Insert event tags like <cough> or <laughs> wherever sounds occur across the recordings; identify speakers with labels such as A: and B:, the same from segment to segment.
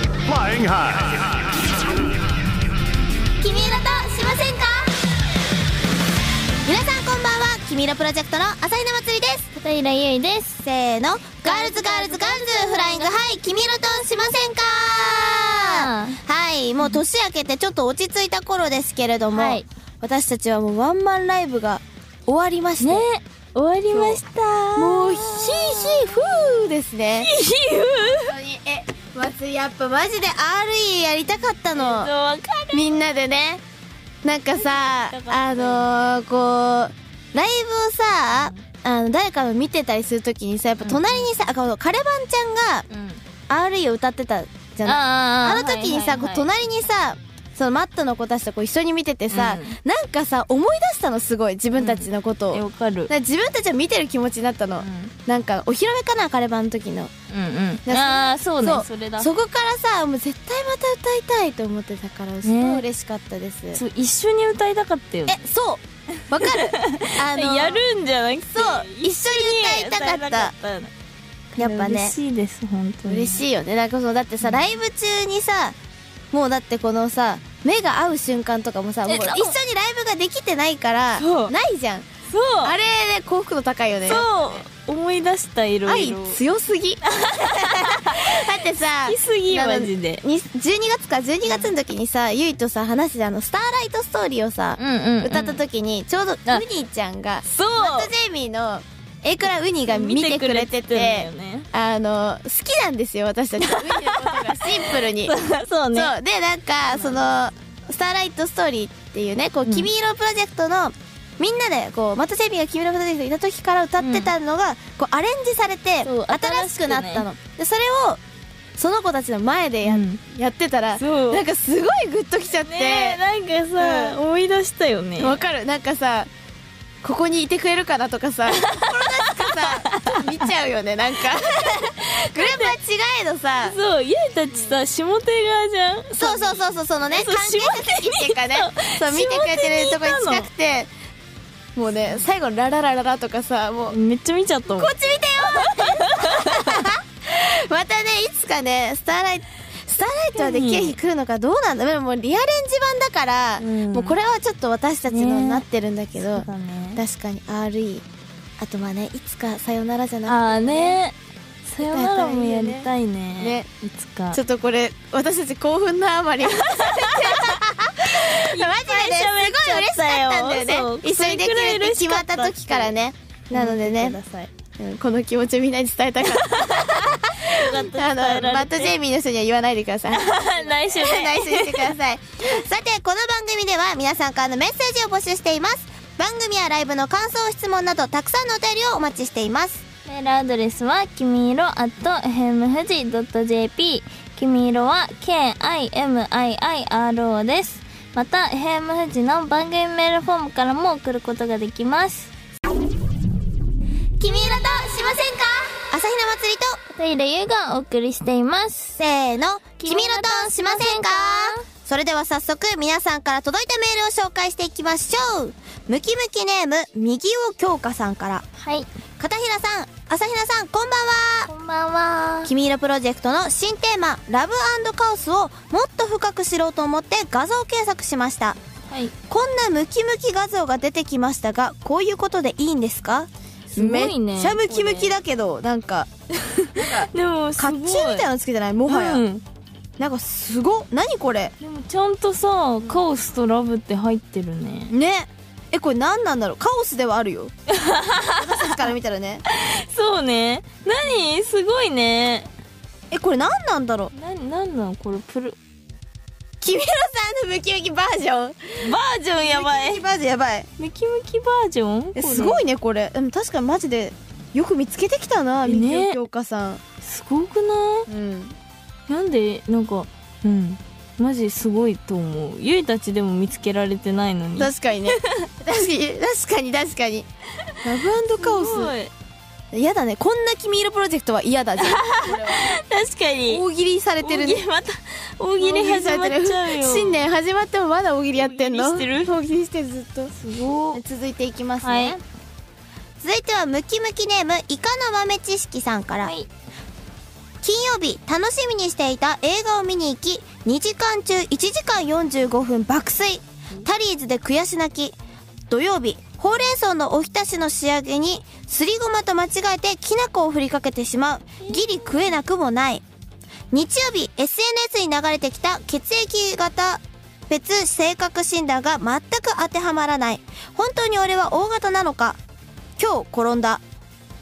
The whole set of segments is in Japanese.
A: キハ
B: 君色としませんか皆さんこんばんは君色プロジェクトの朝日奈まつりです片平ゆいですせーのガールズガールズガールズフライングはい君色としませんかはいもう年明けてちょっと落ち着いた頃ですけれども、
C: はい
B: 私たちはもうワンマンライブが終わりまして、
C: ね終わりました
B: もうひーひーふーですね
C: ひー
B: <laughs> 本当にえ松井やっぱマジで RE やりたかったの
C: わかる
B: みんなでねなんかさ
C: かった
B: あのー、こうライブをさあの誰かの見てたりするときにさやっぱ隣にさ、あこうカレバンち
C: うん
B: ゃんが RE を歌ってたじゃない
C: あ
B: あの時にさ、こう隣にさそのマットの子たちとこう一緒に見ててさ、
C: う
B: なんかさ思い出したのすごい自分たちのことを、
C: えわかる
B: だから自分たちを見てる気持ちになったの、なんかお披露目かなカレバンの時の
C: うん
B: う
C: うんんああそうね
B: そう
C: それだ
B: そこからさもう絶対また歌いたいと思ってたからすごい嬉しかったです、
C: そう一緒に歌いたかったよね
B: えそう
C: <laughs>
B: わかるあの
C: やるんじゃなくて
B: そう一緒に歌いたかったやっぱね
C: 嬉しいです本当に
B: 嬉しいよねなんかそのだってさライブ中にさもうだってこのさ目が合う瞬間とかもさもう
C: え
B: 一緒
C: そう
B: にライブができてないから
C: そう
B: ないじゃん
C: そう
B: あれね幸福度高いよね
C: そう思い出したいろい
B: 愛
C: ろ
B: 強す
C: <laughs>
B: ぎだってさ
C: 好きすぎ
B: あの
C: マジで
B: に12月か12月の時にさゆいとさ話してたあの「スターライトストーリー」をさ、
C: んうん
B: 歌った時にちょうどウ
C: あ
B: ニちゃんが
C: そう
B: マット・ジェイミーの「エイクラウニ」が見てくれて
C: 見く
B: て
C: れんだよね
B: あの好きなんですよ私たちウニのことがシンプルに、
C: <laughs> そうね
B: そうでなんかその「スターライト・ストーリー」っていうねこう
C: うん
B: 君色プロジェクトの、みんなでこうマット・ジェイミーが君色プロジェクトにいた時から歌ってたのが、こうアレンジされて
C: そう
B: 新しくなったの、でそれをその子たちの前でや,、
C: うん
B: やってたら
C: そう
B: なんかすごいグッときちゃって、
C: ねえなんかさ思い出したよね
B: わかるなんかさここにいてくれるかなとか
C: <laughs>
B: さ心なしかさ見ちゃうよねなんかグループは違えどさ
C: そうゆうたちさ下手側じゃん
B: そうそうそうそうそのね
C: そ
B: 関
C: う
B: 係者席っていうかねそう
C: そう
B: 見てくれてるとこ
C: 下手にいたの
B: に近くてもうね最後のラララララとかさもうこ
C: めっちゃ見ちゃったもん
B: っち見てよ <laughs> またねいつかねスターライトスターライトはできる日来るのかどうなんだでももうリアレンジ版だから、
C: うん
B: もうこれはちょっと私たちのになってるんだけど、
C: そうだね
B: 確かに RE あとまあねいつかさよならじゃな
C: ああねさよならもやりたいね
B: ね
C: いつか
B: くちょっとこれ私たち興奮のあまり <laughs> マジでねすごい嬉しかったんだよね
C: そう
B: 一緒にできるって決まった時からねなので
C: 見
B: ね
C: てく、ださい
B: うんこの気持ちをみんなに伝えた <laughs> かっ
C: よかった
B: たあの
C: 伝えられて
B: バッドジェイミーの人には言わないでく <laughs> ださい
C: <laughs> 来週ね
B: 内緒にしてくださいさてこの番組では皆さんからのメッセージを募集しています番組やライブの感想質問などたくさんのお便りをお待ちしています
C: メールアドレスはきみいろ at hemfuji.jp きみいろは k-i-m-i-i-r-o ですまた hemfuji の番組メールフォームからも送ることができます
B: 君色としませんか朝日奈祭りと
C: 片平優がお送りしています
B: せーの君色としませんかそれでは早速皆さんから届いたメールを紹介していきましょうムキムキネーム右尾京香さんから
C: はい
B: 片平さん朝比奈さんこんばんは
C: こんばんは
B: 君色プロジェクトの新テーマ「ラブカオス」をもっと深く知ろうと思って画像検索しました
C: はい
B: こんなムキムキ画像が出てきましたがこういうことでいいんですか
C: すごいね
B: めっちゃムキムキだけどなんか
C: でもす
B: 甲
C: ごい
B: 冑みたいなのつけてないもはや、
C: うん
B: なんかすごっ何これ
C: でもちゃんとさカオスとラブって入ってるね
B: ねえこれ何なんだろうカオスではあるよ私たちから見たらね <laughs>
C: そうね何すごいね
B: えこれ何なんだろう
C: ななんなのこれプル
B: 君らさんのムキムキバージョン
C: バージョンやば
B: ムキム
C: い
B: キバージョンやばい
C: ムキムキバージョン
B: え
C: これ
B: すごいねこれでも確かにマジでよく見つけてきたな
C: ね
B: みきおきょうかさん、
C: すごくな
B: うん
C: いなんでなんかうんマジすごいと思うゆいたちでも見つけられてないのに
B: 確かにね確かに確かに確かにラブカオ
C: すご
B: ス
C: い
B: 嫌だねこんな君色プロジェクトは嫌だじゃん
C: 確かに
B: 大喜利されてる
C: 大喜
B: ね
C: 利また大喜利始まっちゃうよ
B: 新年始まってもまだ大喜利やってんの
C: 大喜利してる
B: 大喜利してるずっと
C: すごい
B: 続いていきますね、
C: はい
B: 続いてはムキムキネームイカの豆知識さんから、
C: はい
B: 君金曜日楽しみにしていた映画を見に行き2時間中1時間45分爆睡タリーズで悔し泣き土曜日ほうれん草のおひたしの仕上げにすりごまと間違えてきな粉を振りかけてしまうギリ食えなくもない日曜日 SNS に流れてきた血液型別性格診断が全く当てはまらない本当に俺は O 型なのか今日転んだ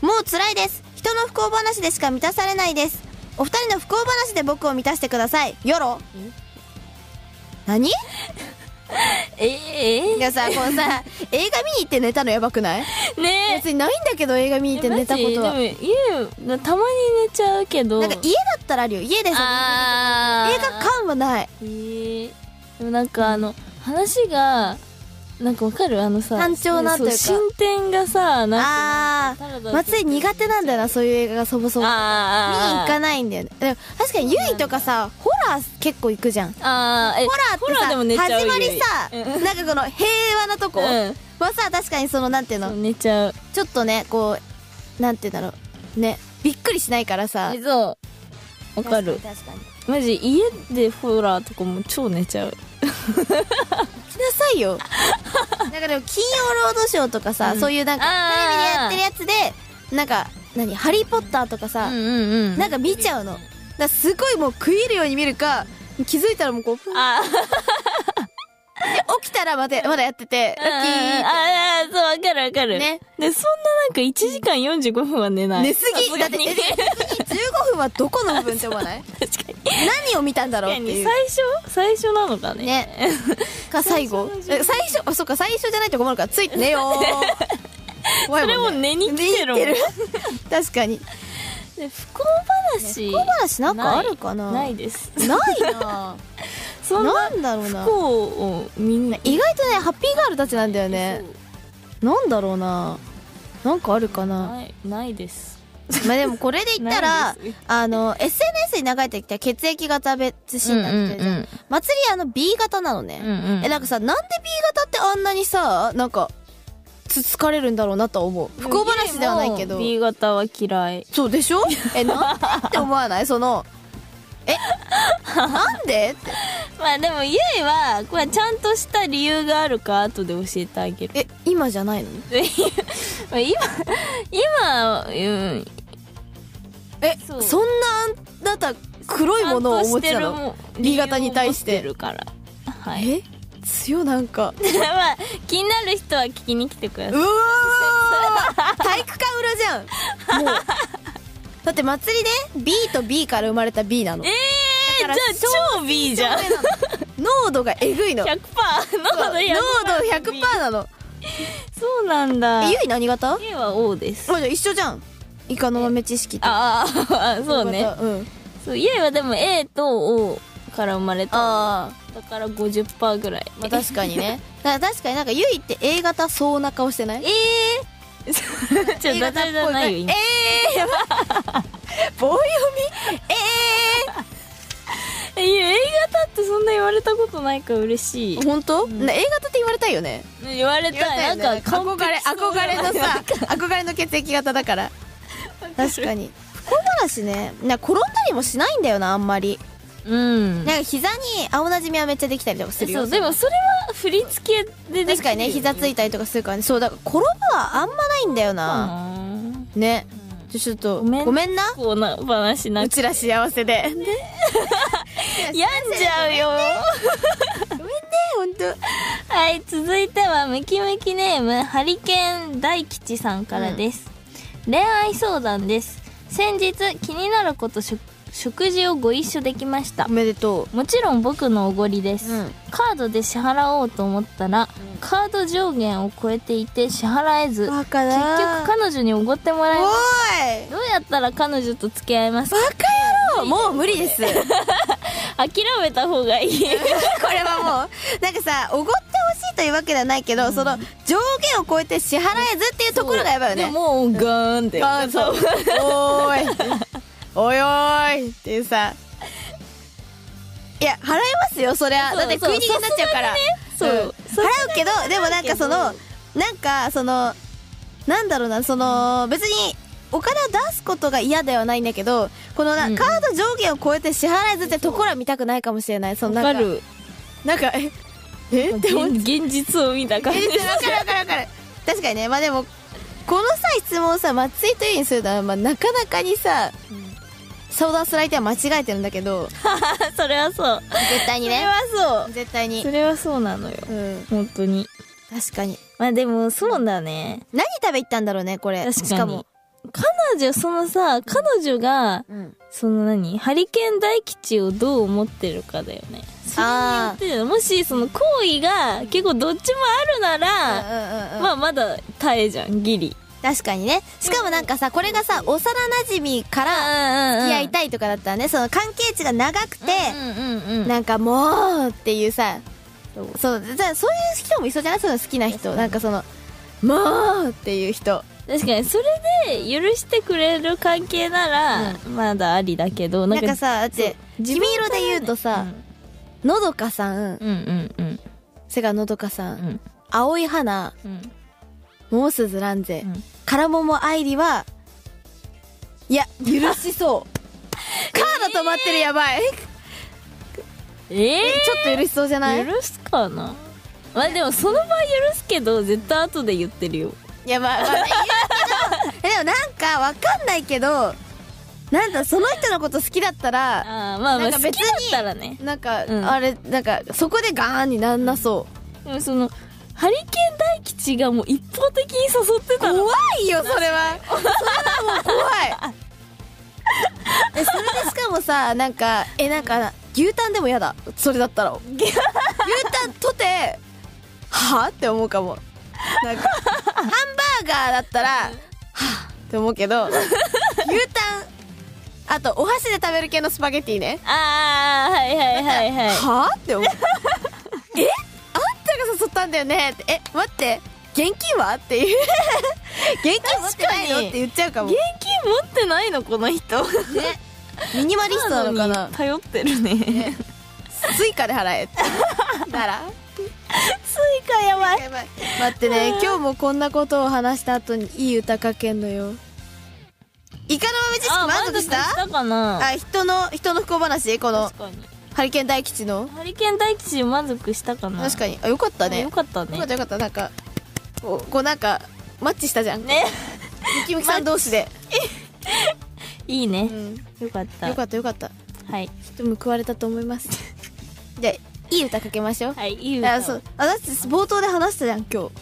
B: もう辛いです人の不幸話でしか満たされないですお二人の不幸話で僕を満たしてくださいよろ何
C: え
B: いやさこうさ
C: <laughs>
B: 映画見に行って寝たのやばくない
C: えね
B: 別にないんだけど映画見に行って寝たことは
C: マジでも家たまに寝ちゃうけど
B: なんか家だったらあるよ家でさ
C: あー
B: 映画館はない
C: えーでもなんかあの話がなんかわかるあのさ
B: 単調なというか
C: そう進展がさな
B: あ
C: んかダラダ
B: ー
C: ラ
B: 松井苦手なんだよなそういう映画がそもそも見に行
C: あー
B: かないんだよねでも確かにゆいとかさホラー結構行くじゃんホ
C: あーえ
B: ラー
C: でも
B: って
C: 寝ち
B: さ
C: ゃう
B: 始ま
C: よ
B: り
C: り
B: さ
C: うん
B: なんかこの平和なとこ
C: うん
B: はさ確かにそのなんていう
C: そう
B: の
C: 寝ちゃう
B: ちょっとねこうなんていうんだろうねびっくりしないからさ
C: えそうわかる
B: 確かに
C: マジ家でホラーとかも超寝ちゃう
B: 来なさい
C: <laughs>
B: よなんかでも金曜ロードショーとかさ、
C: うん
B: そういうなんか
C: あ
B: テ
C: ー
B: レビでやってるやつでなんか何「ハリー・ポッター」とかさ、
C: うんう
B: なんか見ちゃうのだからすごいもう食い入るように見るか気づいたらもうこうふん
C: あー
B: 起きたらまだまだやっててラッキーって
C: あーあーそうわかるわかる
B: ね
C: でそんななんか1時間45分は寝ない
B: 寝す
C: さ
B: ぎだ
C: が
B: って
C: に
B: 寝す
C: <laughs>
B: ぎ15分はどこの部分って思わない
C: 確かに
B: 何を見たんだろうっ
C: 確か
B: て
C: に
B: いう
C: 最初最初なのかね
B: ね
C: <laughs>
B: か最後
C: 最初の
B: え最初あそうか最初じゃないと困るからついて
C: <laughs>
B: 寝よう怖い
C: それも
B: もんね
C: 寝に来てるもん
B: 寝に来てる確かに
C: で不幸話
B: 小話なんかあるかな
C: な
B: <laughs>
C: いです
B: ないな
C: そんな
B: なんだろう
C: 不
B: な
C: 幸をみんな
B: 意外とねハッピーガールたちなんだよねなんだろうななんかあるかな
C: ないないです
B: まあでもこれで言った
C: な
B: ら
C: いです
B: あの SNS に流れてきた血液型別診断って言うじゃん
C: うんうんうん
B: 祭りあの B 型なのね、
C: うんうん
B: えなんかさなんで B 型ってあんなにさなんかつつかれるんだろうなとは思う不幸話ではないけど
C: でも B 型は嫌い
B: そうでしょえなんでって思わないそのえなんでって
C: まあでもゆいはこれちゃんとした理由があるか後で教えてあげる
B: え今じゃないの
C: でまあ <laughs> 今今うん
B: え
C: そ
B: そうそんなあなた黒いものをお持ちな
C: ちゃ
B: の
C: んとしてるも
B: B 型に対して
C: 理由を持ってるからはい
B: え強なんか
C: <laughs> まあ気になる人は聞きに来てくだ
B: う
C: さい
B: わー体育館裏じゃ
C: <laughs>
B: んもうだって祭りね B と B から生まれた B なの
C: ええ
B: だから
C: ー、じゃあ超 B じゃん100%
B: 濃度がえぐいの
C: 濃
B: そう
C: 度
B: 濃
C: 100%
B: 度100%なの
C: そうなんだ
B: えゆい何型あ
C: A は O です
B: じゃあ一緒じゃんイカの豆知識と
C: ああ <laughs> そうね
B: うん
C: そうイエイはでも A と O から生まれた
B: あ
C: だから50%ぐらい
B: ー、まあ確かに
C: <laughs>
B: ねだから確かになんかゆいって A 型そうな顔してない
C: え <laughs> えー、 <laughs> ちょ
B: A
C: ダジ
B: 型っぽ
C: ャレじゃないよ今
B: えー、やば
C: <laughs>
B: 棒読みえ
C: えいや A 型ってそんな言われたことないから嬉しい
B: えー、本当、な A 型って言われたいよね
C: 言われたい、なんか
B: 憧れ憧れのさ憧れの血液型だから確かに不幸話ねなんか転んだりもしないんだよなあんまり
C: <laughs> うん
B: なんか膝に青なじみはめっちゃできたりとかするよ
C: そうでもそれは振り付けでできてるよ
B: 確かにね膝ついたりとかするからねそうだから転ぶはあんまないんだよな
C: うん
B: ねじゃあちょっと
C: ごめん
B: ごめんな
C: こうな話な
B: う
C: く
B: <laughs> ちら幸せで
C: <laughs>
B: ね
C: 病んじゃ <laughs> うよ
B: 本当
C: はい続いてはムキムキネームハリケーン大吉さんからです、恋愛相談です先日気になる子と食食事をご一緒できました
B: おめでと
C: もちろん僕のおごりです、
B: うん
C: カードで支払おうと思ったら、カード上限を超えていて支払え
B: う
C: ず結
B: バカ
C: 局
B: だ
C: 彼女におごってもらい
B: お
C: ます
B: い
C: どうやったら彼女と付き合います
B: バ <laughs>
C: か
B: カ野郎もう無理です
C: <laughs>
B: こ
C: 諦めた方がいい
B: れはもうなんかさおごってほしいというわけではないけど、その上限を超えて支払えずっていう <laughs> ところがやばいよね
C: でももうガーンって
B: あそうおーいおいおいっていうさいや払いますよそりゃ
C: そう
B: だって食い逃げになっちゃうから
C: そう
B: うん
C: さすがにね
B: 払うけどでもなんかそのなんかそのなんだろうなその別にお金を出すことが嫌ではないんだけどこのな、
C: うんうん
B: カード上限を超えて支払えずってところは見たくないかもしれないその
C: わ
B: な
C: か
B: んか
C: る
B: なんかええって思っ
C: 現現実を見た感
B: え
C: じ
B: ーわかるわかるわかる確かにねまあでもこのさ質問をさ松井というにするのは、まあ、なかなかにさ、
C: ん
B: 相談する相手は間違えてるんだけど
C: <laughs> それはそう
B: 絶対に
C: それ
B: ね
C: は
B: 絶対
C: そう
B: に
C: それはそうなのよ
B: うん
C: 本当に
B: 確かに
C: まあでもそうだね
B: 何食べ行ったんだろうねこれ
C: 確かに
B: しかも、
C: 彼女そのさ彼女が
B: うん、
C: その何ハリケーン大吉をどう思ってるかだよねそれによってだよもしその行為が結構どっちもあるなら、
B: うんうん
C: まあまだ耐えじゃんギリ
B: 確かにねしかもなんかさこれがさ幼なじみから付き合いたいとかだったらねその関係値が長くて、
C: うんうんうん
B: なんかもうっていうさ
C: そう
B: そうじゃあそういう人もいそうじゃないその好きな人なんかそのもうっていう人
C: 確かにそれで許してくれる関係ならまだありだけど
B: な
C: なんん
B: か
C: か
B: さだって黄色で言うとさ、のどかさん
C: うんうんうん
B: 瀬川のどかさん、
C: うん
B: 青い花
C: うん
B: 桃鈴蘭
C: う
B: 勢
C: ん
B: からもも愛理はいや許しそう
C: <laughs>
B: カード止まってるやばい、
C: ええ
B: ちょっと許しそうじゃない
C: 許すかなまあでもその場合許すけど絶対後で言ってるよ
B: いや
C: <laughs>
B: まあ、まあ、言うけどでもなんかわかんないけどなんだその人のこと好きだったら
C: ああまあ
B: な
C: まあ
B: んか
C: 好
B: 別
C: き
B: に
C: だったらね
B: なんか、
C: うん
B: あれなんかそこでガーンになんなそう
C: でもそのハリケーン大吉がもう一方的に誘ってたの
B: 怖いよそれは <laughs> それはもう怖い <laughs> えそれでしかもさなんかえなんか牛タンでも嫌だそれだったら牛タンとてはあって思うかもなんかハンバーガーだったらはあって思うけど牛タンあとお箸で食べる系のスパゲティね
C: ああはいはいはいはい
B: はあ <laughs> って思うえあんたが誘ったんだよねってえ待って現金はっていう <laughs> 現金持ってないのっ
C: 確かに
B: て言っちゃうかも
C: 現金持ってないのこの人
B: ねミニマリストなのかな
C: に頼ってるね
B: スイカで払え <laughs> ってなら
C: スイカやばい
B: 待ってね今日もこんなことを話した後にいい歌かけんのよイカの豆知識
C: あ
B: 満足した
C: 満足したか
B: あ
C: な
B: 人の人の不幸話この
C: 確かに
B: ハリケーン大吉の
C: ハリケーン大吉満足したかな
B: 確
C: に
B: かにあよかったね
C: よかった
B: よ
C: ね
B: かったよかったなんかこうこうなんかマッチしたじゃん
C: ね
B: ムキムキさん同士で、
C: いいうね
B: ん、
C: よかった
B: よかったよかった
C: はい
B: でも食われたと思います
C: <laughs>
B: じゃあいい歌かけましょう、
C: はいいい
B: あ
C: 歌
B: そう私たち冒頭で話したじゃん今日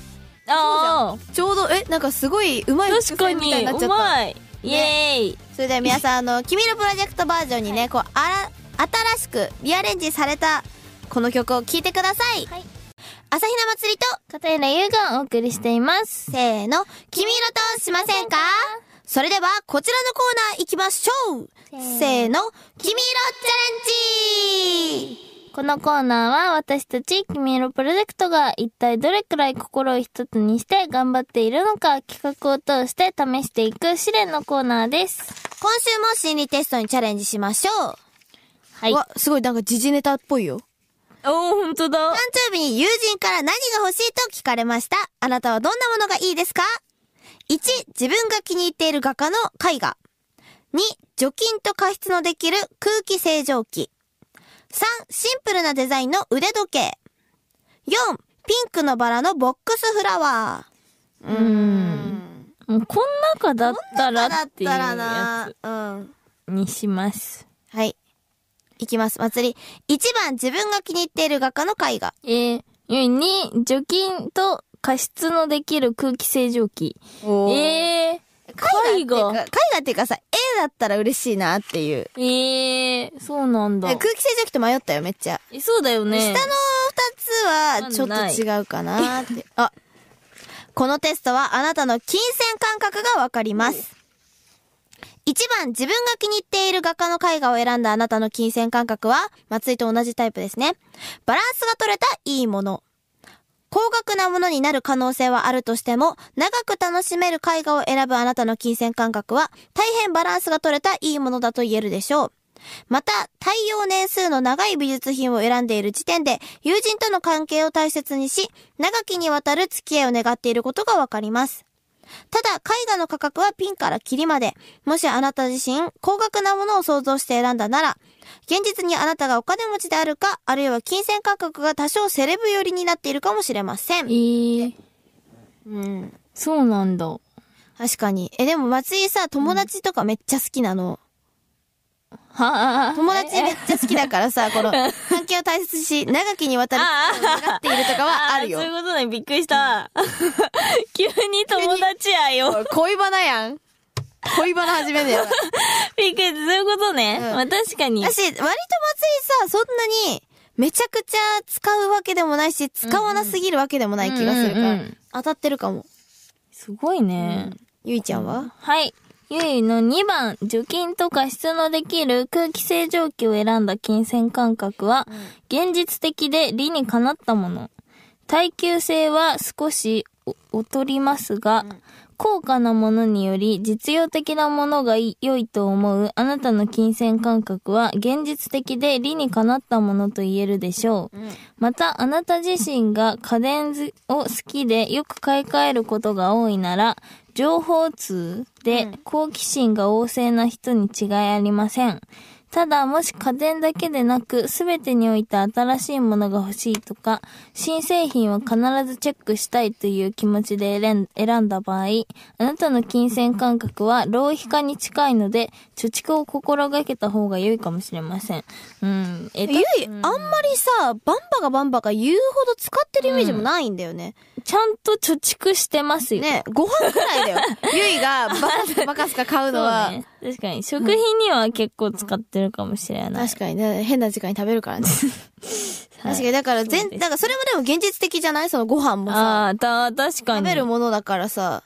C: あ
B: ちょうどえなんかすごいうまい
C: あ確か
B: みたいに
C: に
B: なっちゃ
C: う
B: った
C: まいイエーイ
B: それでは皆さん
C: <laughs>
B: あの「君のプロジェクト」バージョンにね、こうあら新しくリアレンジされたこの曲を聴いてください、
C: はい
B: 朝比奈祭りと
C: 片平優がお送りしています
B: せーの「君色としませんか?」それではこちらのコーナー行きましょう
C: せーの
B: せーの「君色チャレンジ」
C: このコーナーは私たち君色プロジェクトが一体どれくらい心を一つにして頑張っているのか企画を通して試していく試練のコーナーです。
B: 今週も心理テストにチャレンジしましょう。
C: は
B: わ、すごいなんか時事ネタっぽいよ。
C: おー、ほんとだ
B: 誕。生日に友人から何が欲しいと聞かれました。あなたはどんなものがいいですか ?1、自分が気に入っている画家の絵画。2、除菌と加湿のできる空気清浄機。3、シンプルなデザインの腕時計。4、ピンクのバラのボックスフラワー。うーん。
C: もうこん中だったら
B: だっ
C: っていう
B: たらな
C: や。
B: うん。
C: つにします。
B: はい。いきます。祭り。1番、自分が気に入っている画家の絵画。
C: えー、2、除菌と加湿のできる空気清浄機。
B: え
C: えー、
B: 絵画っていうか、絵画っていうかさ、絵だったら嬉しいなっていう。
C: えー、そうなんだ
B: 空。気清浄機と迷ったよ、めっちゃ。
C: えそうだよね。
B: 下の2つは、ちょっと違うかなって。あ、このテストはあなたの金銭感覚がわかります。1番、自分が気に入っている画家の絵画を選んだあなたの金銭感覚は、松井と同じタイプですね。バランスが取れたいいもの。高額なものになる可能性はあるとしても、長く楽しめる絵画を選ぶあなたの金銭感覚は、大変バランスが取れたいいものだと言えるでしょう。また、耐用年数の長い美術品を選んでいる時点で、友人との関係を大切にし、長きにわたる付き合いを願っていることがわかります。ただ、絵画の価格はピンからキリまで。もしあなた自身、高額なものを想像して選んだなら、現実にあなたがお金持ちであるか、あるいは金銭価格が多少セレブ寄りになっているかもしれませ
C: え
B: ん。
C: ー、
B: うん。
C: そうなんだ。
B: 確かに。え、でも松井さ、友達とかめっちゃ好きなの。
C: は
B: 友達めっちゃ好きだから <laughs> さ、この、関係を大切にし、長きにわたる
C: あ
B: 付き合いを願っているとかはあるよ
C: ーそう。いうことね、びっくりした。 <laughs> 急に友達愛を。
B: おい恋バナやん。恋バナ始めんね
C: <laughs>
B: や。
C: びっくりした。そういうことね。
B: うん
C: まあ確かに。
B: 私、割と松井さ、そんなに、めちゃくちゃ使うわけでもないし、使わなすぎるわけでもない気がするか
C: うんうん
B: ら
C: うん、
B: 当たってるかも。
C: すごいね。
B: ゆいちゃんは
C: はい。ゆいの2番、除菌とか質のできる空気清浄機を選んだ金銭感覚は、現実的で理にかなったもの。耐久性は少しお劣りますが、高価なものにより実用的なものがい良いと思うあなたの金銭感覚は現実的で理にかなったものと言えるでしょう。また、あなた自身が家電ずを好きでよく買い替えることが多いなら、情報通で好奇心が旺盛な人に違いありません。ただ、もし家電だけでなく、すべてにおいて新しいものが欲しいとか、新製品を必ずチェックしたいという気持ちで選ん選んだ場合、あなたの金銭感覚は浪費家に近いので、貯蓄を心がけた方が良いかもしれません。うん。えっと
B: ゆい、あんまりさ、バンバがバンバが言うほど使ってるイメージもないんだよね。
C: ちゃんと貯蓄してますよ。
B: ね、ご飯くらいだ
C: <laughs>
B: よ。ゆいがバカスカバカスカ買う
C: そ
B: の
C: う
B: は、
C: ね。確かに。食品には結構使ってるかもしれない。
B: 確かにね、変な時間に食べる
C: <laughs>
B: からね。確かに、だから
C: そう
B: 全、
C: です
B: だからそれもでも現実的じゃないそのご飯もさ、
C: ああ、た、確か
B: 食
C: に。
B: べるものだからさ、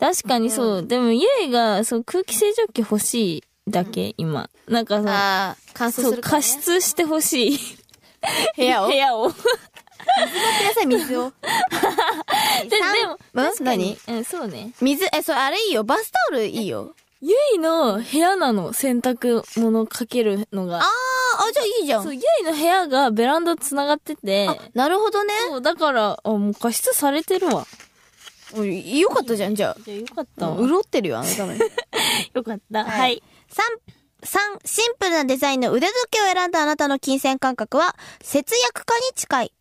C: 確かにそう。でも、ゆいが、そう、空気清浄機欲しいだけ、今。なんかさ、
B: ああ、乾燥す
C: そ
B: る
C: う、
B: から
C: 加
B: ね
C: 湿してほしい。
B: 部屋を
C: <laughs> 部屋を。で、
B: ください、水 <laughs> を。
C: で
B: 三
C: も、
B: うん
C: 確かに
B: 何
C: うん、そうね。
B: 水、え、それあれいいよ。バスタオルいいよ。
C: ゆいの部屋なの、洗濯物かけるの
B: あー
C: が。
B: あ、じゃあいいじゃ
C: そう、
B: ん。
C: ゆいの部屋がベランダ繋がってて、
B: なるほどね。
C: そう、だから、あ、もう加湿されてるわ。
B: おいよかったじゃん、じゃ
C: じゃあよかった
B: あ。
C: わ。
B: 潤ってるよ、あのために。
C: よかった。
B: はい
C: はい。
B: 三、三、シンプルなデザインの腕時計を選んだあなたの金銭感覚は、節約家に近い。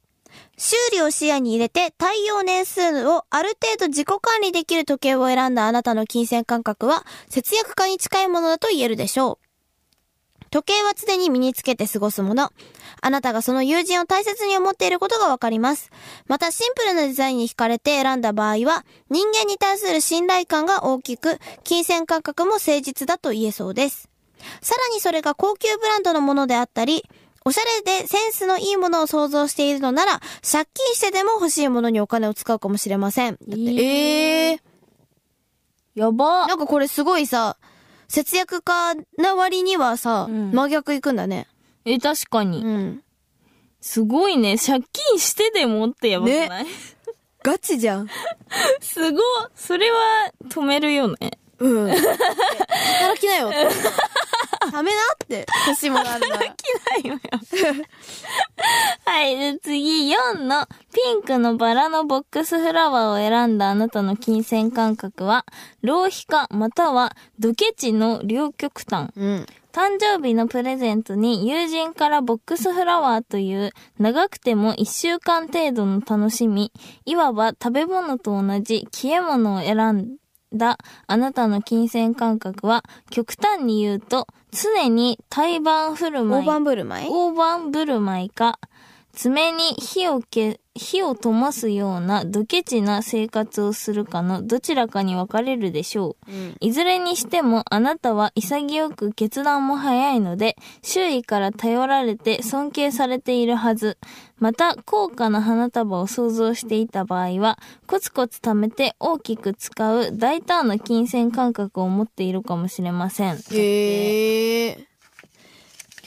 B: 修理を視野に入れて、対応年数をある程度自己管理できる時計を選んだあなたの金銭感覚は、節約家に近いものだと言えるでしょう。時計は常に身につけて過ごすもの。あなたがその友人を大切に思っていることがわかります。また、シンプルなデザインに惹かれて選んだ場合は、人間に対する信頼感が大きく、金銭感覚も誠実だと言えそうです。さらにそれが高級ブランドのものであったり、おしゃれでセンスのいいものを想像しているのなら、借金してでも欲しいものにお金を使うかもしれません。だってえー
C: やば
B: なんかこれすごいさ、節約家な割にはさ、
C: うん
B: 真逆いくんだね。
C: え、確かに。
B: うん。
C: すごいね。借金してでもってやばくない、
B: ガチじゃん。
C: <laughs> すごい。それは止めるよね。
B: うん。働きなよ。ダメなって、欲しいものあ
C: <laughs>
B: るなら。
C: きないよ。はい。で次、4のピンクのバラのボックスフラワーを選んだあなたの金銭感覚は、浪費家またはドケチの両極端。
B: うん。
C: 誕生日のプレゼントに友人からボックスフラワーという長くても1週間程度の楽しみ、いわば食べ物と同じ消え物を選んだあなたの金銭感覚は極端に言うと常に対盤振る舞
B: 大
C: い、
B: 盤振る舞い
C: 大盤振る舞いか、爪に火をけ、火を灯すようなドケチな生活をするかのどちらかに分かれるでしょ
B: う
C: う。
B: ん。
C: いずれにしてもあなたは潔く決断も早いので、周囲から頼られて尊敬されているはず。また、高価な花束を想像していた場合は、コツコツ貯めて大きく使う大胆な金銭感覚を持っているかもしれません。
B: へえ。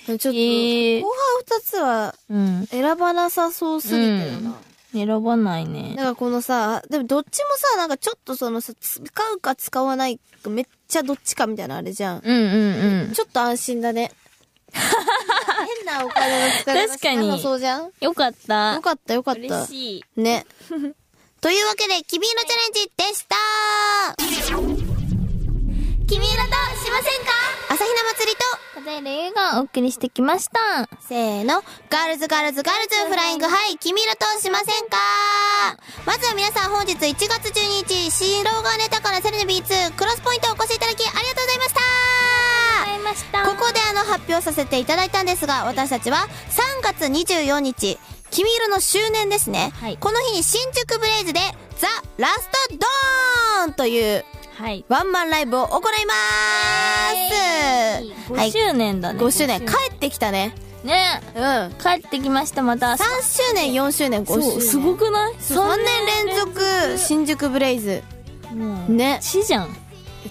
B: ちょっと、
C: へー
B: 後半二つは
C: うん。
B: 選ばなさそうすぎてるな。
C: 選ばないね
B: だ。からこのさ、でもどっちもさ、なんかちょっとそのさ、使うか使わないかめっちゃどっちかみたいなあれじゃん。
C: うんうんうん。
B: ちょっと安心だ
C: <laughs>
B: ね。変なお金の使い方
C: 確かに
B: しなさそうじゃん
C: よかった。
B: よかったよかっ
C: 嬉
B: た。
C: しい。
B: ね。 <laughs> というわけで、君色チャレンジでした君色としませんか朝日奈祭りと、
C: ただいる映画をお送りしてきました。
B: せーの、ガールズガールズガールズフライングハイ、君色としませんかまずは皆さん本日1月12日、新郎がネタからセレネビー2クロスポイントをお越しいただきありがとうございました
C: 会いました。
B: ここであの発表させていただいたんですが、私たちは3月24日、君色の周年ですね。
C: はい
B: この日に新宿ブレイズで、ザ・ラスト・ドーンという
C: はい。
B: ワンマンライブを行いま
C: イエ
B: ーす
C: ーイ
B: はい
C: 5周年だね。
B: 5周年。帰ってきたね。
C: ね
B: うん。3
C: 帰ってきました、また。
B: 周年、4周年、5周
C: そ
B: 年。
C: う、すごくない
B: 3年連続新宿ブレイズ。
C: もう
B: ね
C: 地じゃん。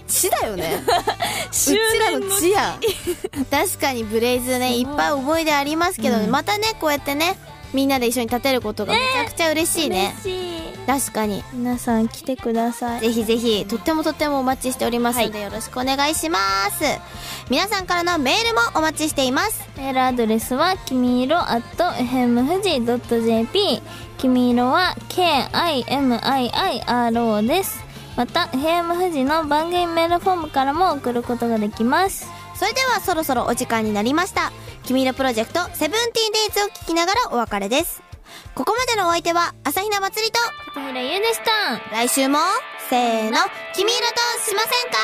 B: 血だよね。
C: う
B: うちらの
C: 地
B: 地や
C: <laughs>
B: 確かにブレイズねいっぱい思い出ありますけど、
C: うん
B: またねこうやってねみんなで一緒に立てることがめちゃくちゃ嬉しいね
C: 嬉しい。
B: 確かに
C: 皆さん来てください。
B: ぜひぜひとってもとってもお待ちしておりますので、よろしくお願いします皆さんからのメールもお待ちしています
C: メールアドレスは、きみいろ at fmfuji.jp。きみいろは、k-i-m-i-i-r-o です。また、FM 富士の番組メールフォームからも送ることができます。
B: それではそろそろお時間になりました「君のプロジェクトセブンティーンデイズを聞きながらお別れですここまでのお相手は朝比奈まつりと
C: 片平優でした。
B: 来週もせーの君色としませんか